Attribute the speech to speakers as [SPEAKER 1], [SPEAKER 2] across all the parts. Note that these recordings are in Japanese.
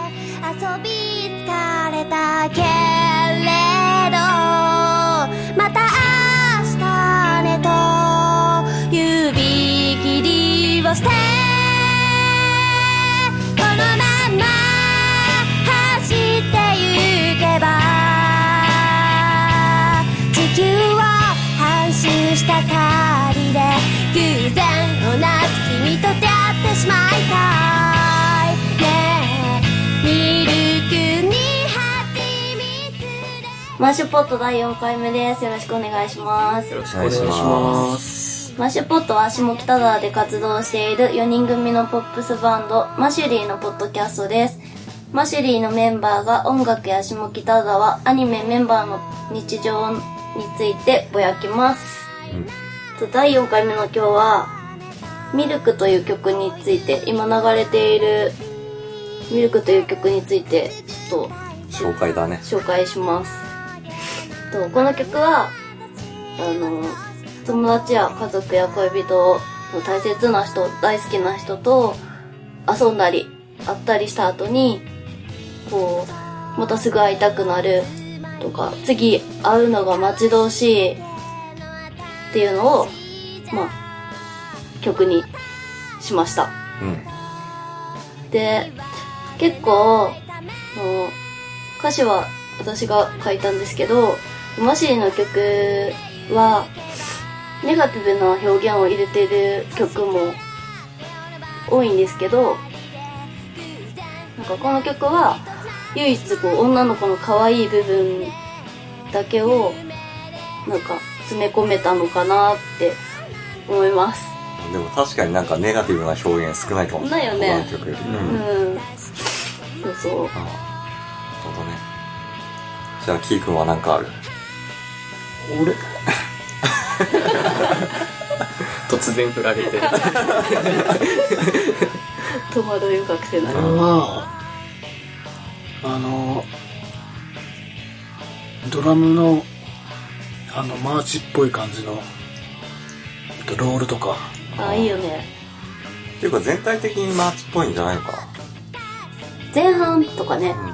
[SPEAKER 1] 遊び疲れたけれどまた明日ねと指切りをしてこのまま走ってゆけば地球を半周したりで偶然同じ君と出会ってしまいたいねえミルクに蜂蜜でマッシュポット第4回目ですよろしくお願いします
[SPEAKER 2] よろしく
[SPEAKER 3] お
[SPEAKER 2] お願
[SPEAKER 3] 願
[SPEAKER 2] い
[SPEAKER 3] い
[SPEAKER 2] し
[SPEAKER 3] し
[SPEAKER 2] ま
[SPEAKER 3] ますす。
[SPEAKER 1] マッシュポットは下北沢で活動している4人組のポップスバンドマシュリーのポッドキャストですマシュリーのメンバーが音楽や下北沢アニメメンバーの日常についてぼやきます、と第4回目の今日は「ミルク」という曲について今流れている「ミルク」という曲についてちょっと
[SPEAKER 2] 紹介だね
[SPEAKER 1] 紹介しますとこの曲はあの友達や家族や恋人の大切な人大好きな人と遊んだり会ったりした後にこうまたすぐ会いたくなるとか次会うのが待ち遠しいっていうのをまあ曲にしました
[SPEAKER 2] うん
[SPEAKER 1] で結構あの歌詞は私が書いたんですけどマシリの曲はネガティブな表現を入れてる曲も多いんですけどなんかこの曲は唯一こう女の子の可愛い部分だけをなんか詰め込めたのかなって思います
[SPEAKER 2] でも確かになんかネガティブな表現少ないかもしれない
[SPEAKER 1] ないよね
[SPEAKER 2] この曲より
[SPEAKER 1] う
[SPEAKER 2] うんん、あ
[SPEAKER 1] そうそう
[SPEAKER 2] あなるほどねじゃあキーくんは何かある
[SPEAKER 3] 俺突然振られて。
[SPEAKER 1] 戸惑いを隠せない
[SPEAKER 3] 俺はあのドラムのあのマーチっぽい感じのえっとロールとか
[SPEAKER 1] あいいよね
[SPEAKER 2] っていうか全体的にマーチっぽいんじゃないのか
[SPEAKER 1] 前半とかね
[SPEAKER 2] な、うん、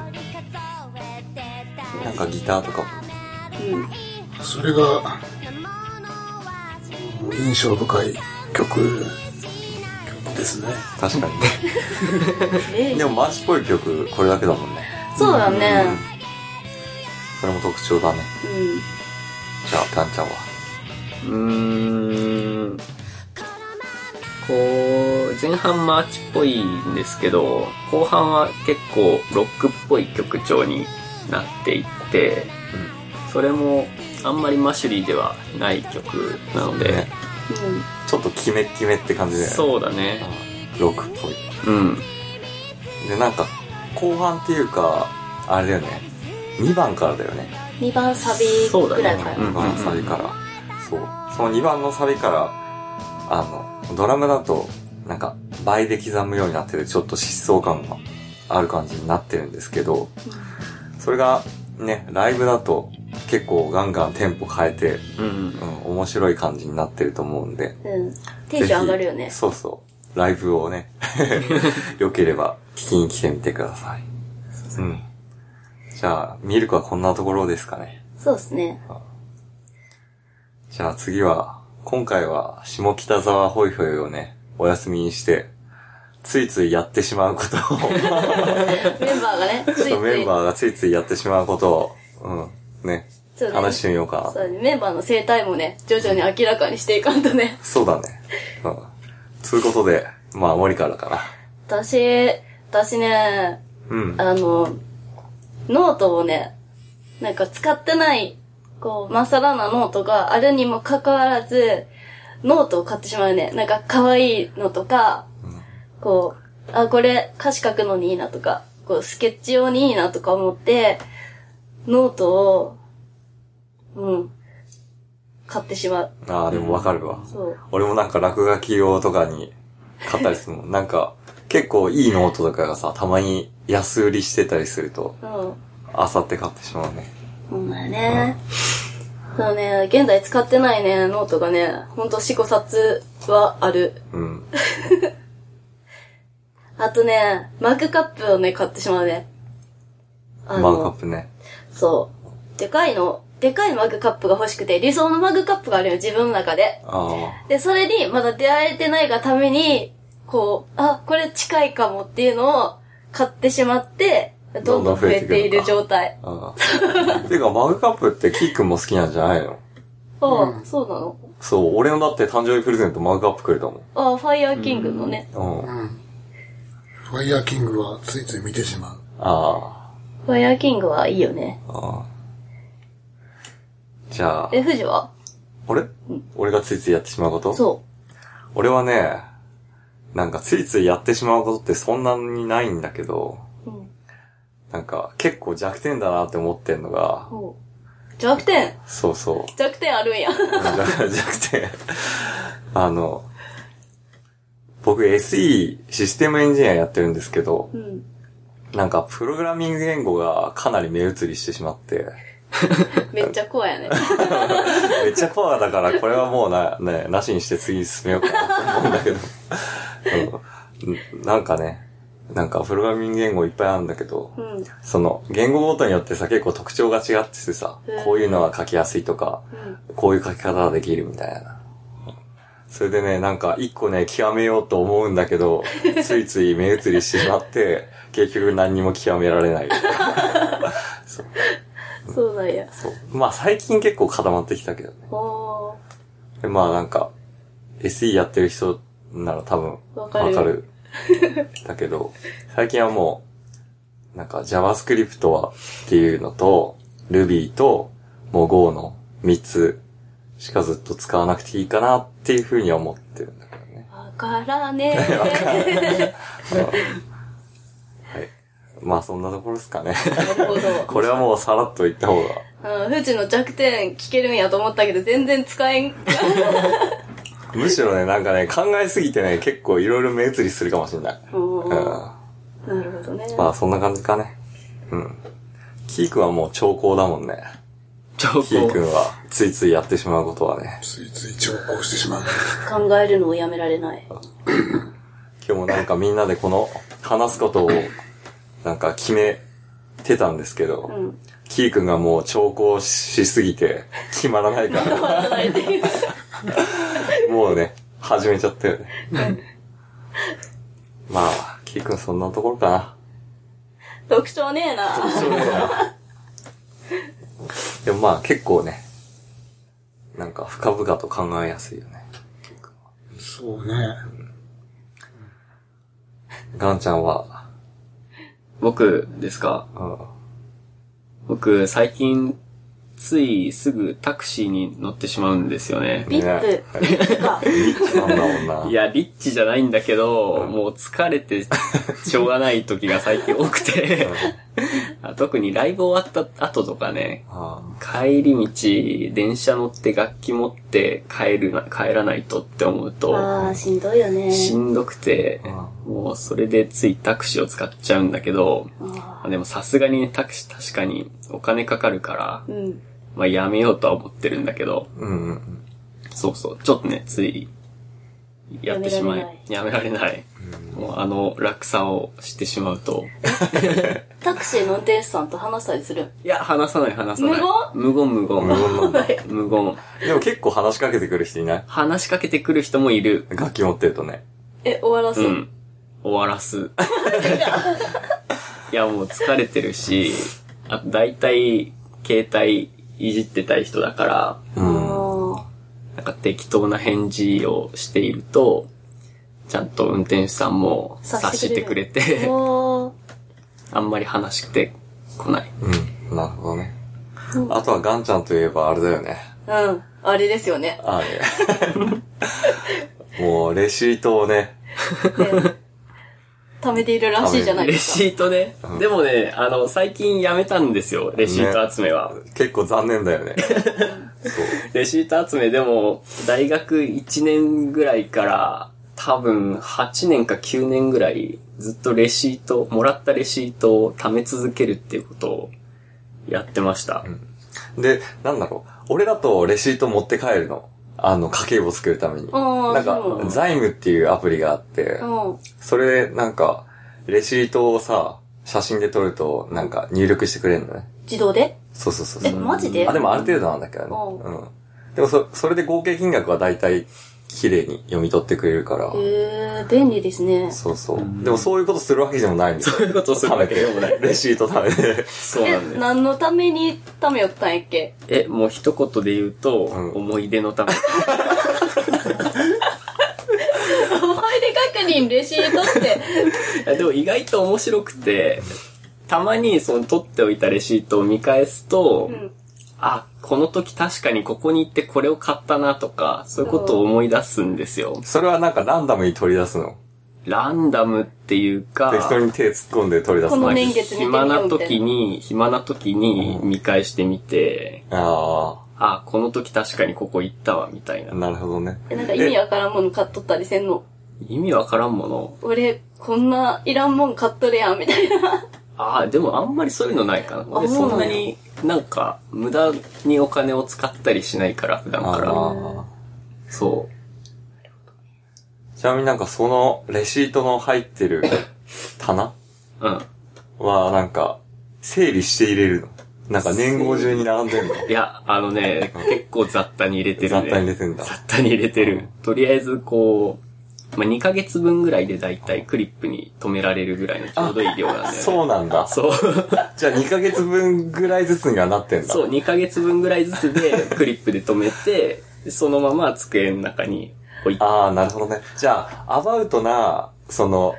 [SPEAKER 2] なんかギターとかも
[SPEAKER 1] うん
[SPEAKER 3] それがうん印象深い曲曲ですね
[SPEAKER 2] 確かにね
[SPEAKER 1] え
[SPEAKER 2] でもマーチっぽい曲これだけだもんね
[SPEAKER 1] そうだね
[SPEAKER 2] それも特徴だね
[SPEAKER 1] うん
[SPEAKER 2] じゃあタンちゃんは
[SPEAKER 4] うーんこう前半マーチっぽいんですけど後半は結構ロックっぽい曲調になっていって、それもあんまりマシュリーではない曲なので
[SPEAKER 2] ねちょっとキメキメって感じでう
[SPEAKER 4] そうだね
[SPEAKER 2] ロックっぽい
[SPEAKER 4] うん
[SPEAKER 2] でなんか後半っていうかあれだよね2番からだよね
[SPEAKER 1] うん、2番サビ
[SPEAKER 4] そうだ
[SPEAKER 1] ぐ
[SPEAKER 4] ね
[SPEAKER 1] らいから、
[SPEAKER 4] うん
[SPEAKER 2] 2番のサビから、そうその2番のサビからあのドラムだとなんか倍で刻むようになっててちょっと疾走感がある感じになってるんですけどそれがねライブだと結構ガンガンテンポ変えて、
[SPEAKER 4] うん
[SPEAKER 2] うん、面白い感じになってると思うんで
[SPEAKER 1] うんテンション上がるよ
[SPEAKER 2] ぜ
[SPEAKER 1] ね
[SPEAKER 2] ひそうそう。ライブをね、良ければ聞きに来てみてください。うん。じゃあ、ミルクはこんなところですかね。
[SPEAKER 1] そうですね
[SPEAKER 2] じゃあ次は、今回は下北沢ホイホイをね、お休みにして、ついついやってしまうことを、
[SPEAKER 1] メンバーが ねついつい
[SPEAKER 2] メンバーがついついやってしまうことを、うん、ね、
[SPEAKER 1] そうね
[SPEAKER 2] 話してみようかな。
[SPEAKER 1] そうねメンバーの生態もね徐々に明らかにしていかんとね
[SPEAKER 2] そうだね。うん。つうことで、まあ、森からかな。
[SPEAKER 1] 私私ね
[SPEAKER 2] うん。
[SPEAKER 1] あのノートをねなんか使ってないこうまっさらなノートがあるにもかかわらずノートを買ってしまうねなんか可愛いのとかこう、あ、これ歌詞書くのにいいなとか、こうスケッチ用にいいなとか思って、ノートを、うん、買ってしまう。
[SPEAKER 2] ああ、でもわかるわ。
[SPEAKER 1] そう。
[SPEAKER 2] 俺もなんか落書き用とかに買ったりす るもん。なんか、結構いいノートとかがさ、たまに安売りしてたりすると、
[SPEAKER 1] う
[SPEAKER 2] あさって買ってしまうね。
[SPEAKER 1] ん。ほんまやね。そうね、現在使ってないね、ノートがね、ほんと4、5冊はある。
[SPEAKER 2] うん。
[SPEAKER 1] あとね、マグカップをね、買ってしまうね。あ
[SPEAKER 2] マグカッ
[SPEAKER 1] の、
[SPEAKER 2] プね。
[SPEAKER 1] そう。でかいの、でかいマグカップが欲しくて、理想のマグカップがあるよ、自分の中で。
[SPEAKER 2] あ
[SPEAKER 1] で、それにまだ出会えてないがために、こう、あ、これ近いかもっていうのを買ってしまって、どんどん増えている状態。
[SPEAKER 2] あ。ああ。てか、マグカップってキックンも好きなんじゃないの
[SPEAKER 1] ああ、
[SPEAKER 3] うん
[SPEAKER 1] そうなの
[SPEAKER 2] そう、俺のだって誕生日プレゼントマグカップくれたもん。
[SPEAKER 1] ああ、ファイヤーキングのね。
[SPEAKER 2] うん。あ
[SPEAKER 3] うん。ファイヤーキングはついつい見てしまう。
[SPEAKER 2] あ。
[SPEAKER 1] ファイヤーキングはいいよね。
[SPEAKER 2] ああ。じゃあ、
[SPEAKER 1] え、富士は
[SPEAKER 2] 俺俺がついついやってしまうこと
[SPEAKER 1] そ
[SPEAKER 2] 俺はね、なんかついついやってしまうことってそんなにないんだけど、
[SPEAKER 1] う。うん。
[SPEAKER 2] なんか結構弱点だなって思ってんのが、
[SPEAKER 1] ほう弱点
[SPEAKER 2] そうそう。
[SPEAKER 1] 弱点あるんや。
[SPEAKER 2] じゃなくて、あの、僕 SE、システムエンジニアやってるんですけど、
[SPEAKER 1] うん。
[SPEAKER 2] なんかプログラミング言語がかなり目移りしてしまって、
[SPEAKER 1] めっちゃ怖いやね。
[SPEAKER 2] めっちゃコアだから、これはもうな、ね、なしにして次進めようかなと思うんだけど。うん なんかね、なんかプログラミング言語いっぱいあるんだけど、
[SPEAKER 1] うん。うん。
[SPEAKER 2] その言語ごとによってさ、結構特徴が違っててさ
[SPEAKER 1] へー、
[SPEAKER 2] こういうのは書きやすいとか、こういう書き方ができるみたいな。それでね、なんか一個ね、極めようと思うんだけど、ついつい目移りしてしまって、結局何にも極められない。そう
[SPEAKER 1] そうなんや。
[SPEAKER 2] そう。まあ最近結構固まってきたけどね。
[SPEAKER 1] ほ
[SPEAKER 2] で、まあなんか、SE やってる人なら多分、
[SPEAKER 1] わかる
[SPEAKER 2] だけど、最近はもう、なんか JavaScript はっていうのと、Ruby と、もう Go の3つしかずっと使わなくていいかなっていうふうには思ってるんだけどね。
[SPEAKER 1] ー。わからねえ。
[SPEAKER 2] はい。まあそんなところで すかね。
[SPEAKER 1] なるほ
[SPEAKER 2] これはもうさらっと言った方が。
[SPEAKER 1] ど。うん、富士の弱点聞けるんやと思ったけど、全然使えん。
[SPEAKER 2] むしろね、なんかね、考えすぎてね、結構いろいろ目移りするかもしれない。
[SPEAKER 1] うん。
[SPEAKER 2] うん。
[SPEAKER 1] なるほどね。
[SPEAKER 2] まあそんな感じかね。うん。キー君はもう兆候だもんね。
[SPEAKER 4] 超
[SPEAKER 2] キー
[SPEAKER 4] 高
[SPEAKER 2] 君はついついやってしまうことはね。
[SPEAKER 3] ついつい長考してしまう。
[SPEAKER 1] 考えるのをやめられない。
[SPEAKER 2] 今日もなんかみんなでこの話すことを なんか決めてたんですけど、
[SPEAKER 1] うん。
[SPEAKER 2] キー君がもう兆候しすぎて決まらないから、
[SPEAKER 1] 変わ らないっていう。
[SPEAKER 2] もうね、始めちゃったよね。まあ、キー君そんなところか な。
[SPEAKER 1] 特徴ねえな。
[SPEAKER 2] でもまあ結構ね、なんか深々と考えやすいよね。
[SPEAKER 3] そうね。
[SPEAKER 2] ガンちゃんは、
[SPEAKER 4] 僕ですか
[SPEAKER 2] うん、
[SPEAKER 4] 僕、最近、ついすぐタクシーに乗ってしまうんですよね。
[SPEAKER 1] ビップ。ビップか。
[SPEAKER 2] なんだもんな。
[SPEAKER 4] いや、リッチじゃないんだけど、もう疲れてしょうがない時が最近多くて、 あ特にライブ終わった後とかね、
[SPEAKER 2] あ
[SPEAKER 4] 帰り道、電車乗って楽器持って帰るな、帰らないとって思うと、
[SPEAKER 1] ああ、しんどいよね。
[SPEAKER 4] しんどくて、もうそれでついタクシーを使っちゃうんだけど、
[SPEAKER 1] あ
[SPEAKER 4] でもさすがにね、タクシー確かにお金かかるか
[SPEAKER 1] ー、
[SPEAKER 4] ら
[SPEAKER 1] うん。
[SPEAKER 4] まあやめようとは思ってるんだけど、
[SPEAKER 2] うんうんうん。
[SPEAKER 4] そうそう、ちょっとね、つい、やってしまい、やめられない。もうあの落差をしてしまうと、
[SPEAKER 1] タクシーの運転手さんと話したりする。
[SPEAKER 4] いや、話さない話さない。無言無言
[SPEAKER 2] 無言 なんだ。
[SPEAKER 4] 無言。
[SPEAKER 2] でも結構話しかけてくる人いない
[SPEAKER 4] 話しかけてくる人もいる。
[SPEAKER 2] 楽器持ってるとね。
[SPEAKER 1] え、終わらす。
[SPEAKER 4] うん。終わらす。 いや、もう疲れてるし、あと大体、携帯いじってたい人だから、
[SPEAKER 2] うん。
[SPEAKER 1] あ
[SPEAKER 4] なんか適当な返事をしていると、ちゃんと運転手さんも察してくれ
[SPEAKER 1] ー
[SPEAKER 4] て、
[SPEAKER 1] お
[SPEAKER 4] あんまり話してこない。
[SPEAKER 2] うん。なるほどね。あとはガンちゃんといえばあれだよね。
[SPEAKER 1] ーうん。あれですよね。
[SPEAKER 2] あれ。 もう、レシートをね。
[SPEAKER 1] ね貯めているらしいじゃないで
[SPEAKER 4] レ
[SPEAKER 1] すか。
[SPEAKER 4] シートね。でもね、あの、最近やめたんですよ、レシート集めは。
[SPEAKER 2] 結構残念だよね。
[SPEAKER 4] レシート集めでも、大学1年ぐらいから、多分8年か9年ぐらい、ずっとレシート、もらったレシートを貯め続けるっていうことをやってました。
[SPEAKER 2] そう。で、なんだろう。俺だとレシート持って帰るの。あの、家計簿作るために。
[SPEAKER 1] ー
[SPEAKER 2] なん
[SPEAKER 1] そうな
[SPEAKER 2] か、
[SPEAKER 1] の
[SPEAKER 2] 財務っていうアプリがあって、
[SPEAKER 1] うん。
[SPEAKER 2] それで、なんか、レシートをさ、写真で撮ると、なんか入力してくれるのね。
[SPEAKER 1] 自動で
[SPEAKER 2] そうそうそうそ
[SPEAKER 1] え、
[SPEAKER 2] う。
[SPEAKER 1] マジで
[SPEAKER 2] あ、でもある程度なんだけどね。
[SPEAKER 1] う
[SPEAKER 2] うん。でもそ、それで合計金額は大体、綺麗に読み取ってくれるから。
[SPEAKER 1] えー、便利ですね。
[SPEAKER 2] そうそうう。
[SPEAKER 4] ん
[SPEAKER 2] でもそういうことするわけでもないんですよ。
[SPEAKER 4] そういうことするわけでもない
[SPEAKER 2] 貯めてレシート食べて。
[SPEAKER 4] そうなんだ
[SPEAKER 1] え、
[SPEAKER 4] よ。
[SPEAKER 1] 何のためにためよったんやっけ
[SPEAKER 4] え、もう一言で言うと、
[SPEAKER 2] うん
[SPEAKER 4] 思い出のため。
[SPEAKER 1] 思い出確認レシートって。
[SPEAKER 4] いやでも意外と面白くて、たまにその取っておいたレシートを見返すと、
[SPEAKER 1] うん。
[SPEAKER 4] あ、この時確かにここに行ってこれを買ったなとか、そういうことを思い出すんですよ。
[SPEAKER 2] それはなんかランダムに取り出すの。
[SPEAKER 4] ランダムっていうか、
[SPEAKER 2] 適当に手突っ込んで取り出す
[SPEAKER 1] こ
[SPEAKER 2] の。
[SPEAKER 1] の
[SPEAKER 2] あ
[SPEAKER 1] 年月見てみよ
[SPEAKER 4] 暇
[SPEAKER 1] うみたいな
[SPEAKER 4] な時に、暇な時に見返してみて、
[SPEAKER 2] あ
[SPEAKER 4] あ、この時確かにここ行ったわ、みたい
[SPEAKER 2] ー、な
[SPEAKER 4] な。
[SPEAKER 2] るほどね。
[SPEAKER 1] え、なんか意味わからんもの買っとったりせんの。
[SPEAKER 4] 意味わからんもの。
[SPEAKER 1] 俺、こんないらんもん買っとるやん、みたいな。
[SPEAKER 4] ああ、でもあんまりそういうのないかな。俺
[SPEAKER 1] そう
[SPEAKER 4] そ
[SPEAKER 1] なん
[SPEAKER 4] ん
[SPEAKER 1] や
[SPEAKER 4] なになんか無駄にお金を使ったりしないから、普段
[SPEAKER 2] あ
[SPEAKER 4] か
[SPEAKER 2] ー
[SPEAKER 4] ら。そ
[SPEAKER 2] ちなみになんかそのレシートの入ってる棚
[SPEAKER 4] う。うん。
[SPEAKER 2] はなんか整理して入れるの。なんか年号中に並んでるの。
[SPEAKER 4] いや、あのね、結構雑多に入れてる
[SPEAKER 2] 雑
[SPEAKER 4] ね。
[SPEAKER 2] 多に出てんだ。
[SPEAKER 4] 雑多に入れてる。とりあえずこう、まあ、2ヶ月分ぐらいでだいたいクリップに止められるぐらいのちょうどいい量なんだよね。
[SPEAKER 2] そうなんだ。
[SPEAKER 4] そう。
[SPEAKER 2] じゃあ2ヶ月分ぐらいずつにはなってんだ。
[SPEAKER 4] そう、2ヶ月分ぐらいずつでクリップで止めて、そのまま机の中に置いて。
[SPEAKER 2] ああ、なるほどね。じゃあ、アバウトな、その、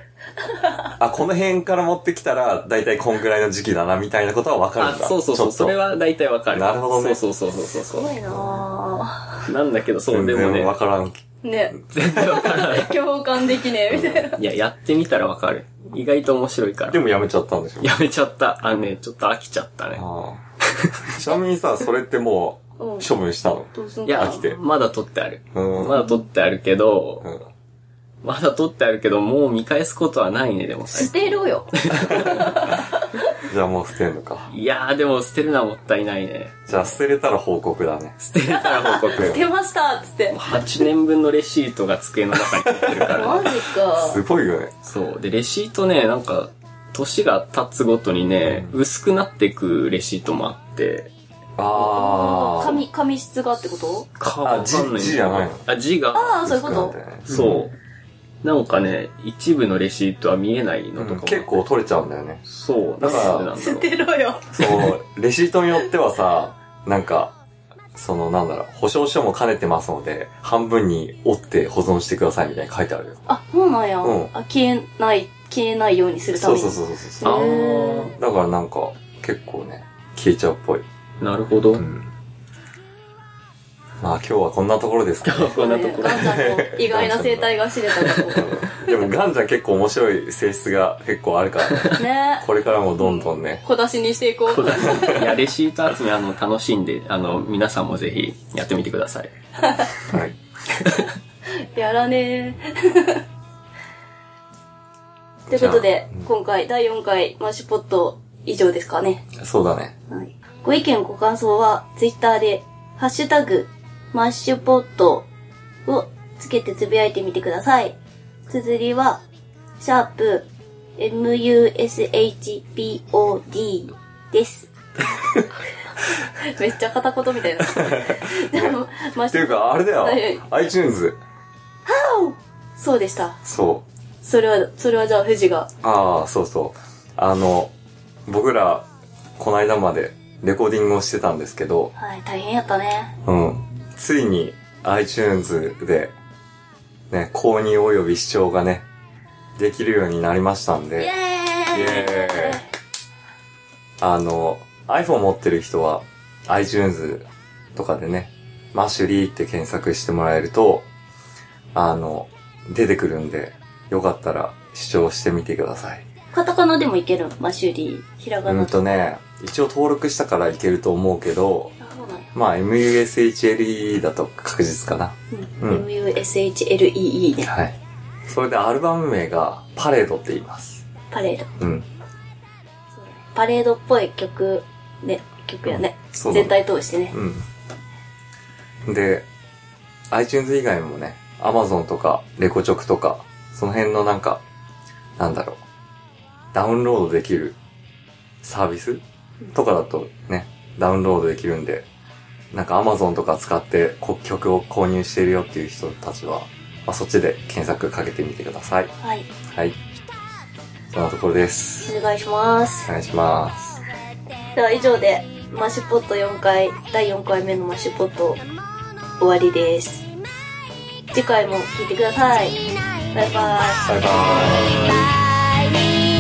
[SPEAKER 2] あ、この辺から持ってきたら、だいたいこんぐらいの時期だな、みたいなことはわか
[SPEAKER 4] あ
[SPEAKER 2] るんだ。
[SPEAKER 4] そうそう
[SPEAKER 2] ちょ
[SPEAKER 4] そ
[SPEAKER 2] っ
[SPEAKER 4] う。
[SPEAKER 2] と
[SPEAKER 4] それ。は大体わかる。
[SPEAKER 2] なるほどね
[SPEAKER 4] そうそうそうそ
[SPEAKER 1] す
[SPEAKER 4] うそ
[SPEAKER 1] ごいな
[SPEAKER 4] う。なんだけど、そ
[SPEAKER 2] 全
[SPEAKER 4] う、でもね
[SPEAKER 2] 然、わからん。
[SPEAKER 1] ぁ。ね、
[SPEAKER 4] 全然わからない。
[SPEAKER 1] 共感できねえ、みたいな。
[SPEAKER 4] いや、やってみたらわかる。意外と面白いから。
[SPEAKER 2] でもやめちゃったんでしょ。
[SPEAKER 4] やめちゃった。あのね、ちょっと飽きちゃったね。
[SPEAKER 2] あーちなみにさ、それっても
[SPEAKER 1] うん
[SPEAKER 2] う、処分したの。
[SPEAKER 1] どうすん
[SPEAKER 4] いや
[SPEAKER 1] か
[SPEAKER 2] 飽きて、
[SPEAKER 4] まだ取ってある。
[SPEAKER 2] うん
[SPEAKER 4] まだ取ってあるけど、
[SPEAKER 2] うん。
[SPEAKER 4] まだ撮ってあるけど、もう見返すことはないね、でも。
[SPEAKER 1] 捨てろよ。
[SPEAKER 2] じゃあもう捨てんのか。
[SPEAKER 4] いやー、でも捨てるのはもったいないね。
[SPEAKER 2] じゃあ捨てれたら報告だね。
[SPEAKER 4] 捨てれたら報 告。
[SPEAKER 1] 捨てましたっつって。
[SPEAKER 4] 8年分のレシートが机の中に入ってる からね。
[SPEAKER 1] マジか
[SPEAKER 2] す。ごいよね。
[SPEAKER 4] そう。で、レシートね、なんか、年が経つごとにね、薄くなってくレシートもあって、
[SPEAKER 2] ああ。
[SPEAKER 1] 紙、紙質がってこと
[SPEAKER 2] あ
[SPEAKER 4] かわかんない
[SPEAKER 2] 字字じゃないの
[SPEAKER 4] あ、字が、
[SPEAKER 1] ああ、そういうこ
[SPEAKER 2] なん
[SPEAKER 1] と
[SPEAKER 2] だよね
[SPEAKER 4] そう。なんかね、一部のレシートは見えないの
[SPEAKER 2] う
[SPEAKER 4] とか
[SPEAKER 2] ん
[SPEAKER 4] も。
[SPEAKER 2] 結。構取れちゃうんだよね。
[SPEAKER 4] そう。
[SPEAKER 2] だから
[SPEAKER 4] なんだ
[SPEAKER 1] 捨
[SPEAKER 4] ろう
[SPEAKER 1] てろよ。
[SPEAKER 2] そう、レシートによってはさ、なんか、そのなんだろう、保証書も兼ねてますので、半分に折って保存してくださいみたいに書いてあるよ。
[SPEAKER 1] あ、そうなんや。
[SPEAKER 2] うん
[SPEAKER 1] あ、消えない、消えないようにするため
[SPEAKER 2] そう
[SPEAKER 1] に。
[SPEAKER 2] そうそうそうそ
[SPEAKER 1] へ
[SPEAKER 4] あ
[SPEAKER 2] う。
[SPEAKER 1] ー
[SPEAKER 4] ー
[SPEAKER 2] だからなんか、結構ね、消えちゃうっぽい。
[SPEAKER 4] なるほど。
[SPEAKER 2] ん。まあ今日はこんなところですけど、
[SPEAKER 4] こんなところ
[SPEAKER 1] ガンちゃんの意外な生態が知れたかと思
[SPEAKER 2] でもガンちゃん結構面白い性質が結構あるから、ね、
[SPEAKER 1] う。 ね
[SPEAKER 2] これからもどんどんね、
[SPEAKER 1] 小出しにしていこう。
[SPEAKER 4] いや、レシート集め、あの、楽しんで、あの、皆さんもぜひ、やってみてください。
[SPEAKER 2] はい。
[SPEAKER 1] やら ねえ。ということで、今回第4回マッシュポット以上ですかね。
[SPEAKER 2] そうだね。
[SPEAKER 1] はい、ご意見ご感想は Twitter で、ハッシュタグ、マッシュポットをつけてつぶやいてみてください。綴りは、シャープ、mushpod です。めっちゃ片言みたいな。でも、マッ
[SPEAKER 2] っ
[SPEAKER 1] シ
[SPEAKER 2] てい
[SPEAKER 1] ュ
[SPEAKER 2] うか、あれだよ
[SPEAKER 1] はい、
[SPEAKER 2] iTunes。
[SPEAKER 1] そうでした。
[SPEAKER 2] そう。
[SPEAKER 1] それは、それはじゃあ、藤が。
[SPEAKER 2] ああ、そうそう。あの、僕ら、この間までレコーディングをしてたんですけど、
[SPEAKER 1] はい、大変やったね。
[SPEAKER 2] うん。ついに iTunes で、ね、購入及び視聴がね、できるようになりましたん
[SPEAKER 1] イエ
[SPEAKER 2] で、
[SPEAKER 1] ーイ
[SPEAKER 2] イエあの、iPhone 持ってる人は iTunes とかでね、マシュリーって検索してもらえると、あの、出てくるんで、よかったら視聴してみてください。
[SPEAKER 1] カタカナでもいけるマシュリー。ひらが
[SPEAKER 2] う
[SPEAKER 1] なん
[SPEAKER 2] と
[SPEAKER 1] と。
[SPEAKER 2] ね、一応登録したからいけると思うけど、
[SPEAKER 1] あそうなんや
[SPEAKER 2] まあ MUSHLE だと確実かな。
[SPEAKER 1] う
[SPEAKER 2] うん
[SPEAKER 1] ん。MUSHLEE ね。
[SPEAKER 2] はい。それでアルバム名がパレードって言います。
[SPEAKER 1] パレード。
[SPEAKER 2] うん。
[SPEAKER 1] パレードっぽい曲、ね、曲やね。
[SPEAKER 2] そう
[SPEAKER 1] 全体通してね。
[SPEAKER 2] うん。で、iTunes 以外もね、Amazon とかレコチョクとか、その辺のなんか、なんだろう、ダウンロードできるサービスとかだとね、ダウンロードできるんで、なんか Amazon とか使ってこ曲を購入しているよっていう人たちは、まあ、そっちで検索かけてみてください。
[SPEAKER 1] はい。
[SPEAKER 2] はい。そんなところです。
[SPEAKER 1] お願いします
[SPEAKER 2] お。願いします。
[SPEAKER 1] では以上で、マッシュポット4回、第4回目のマッシュポット終わりです。次回も聞いてください。バイバイ。
[SPEAKER 2] バイバーイ。
[SPEAKER 5] 「バイバイ」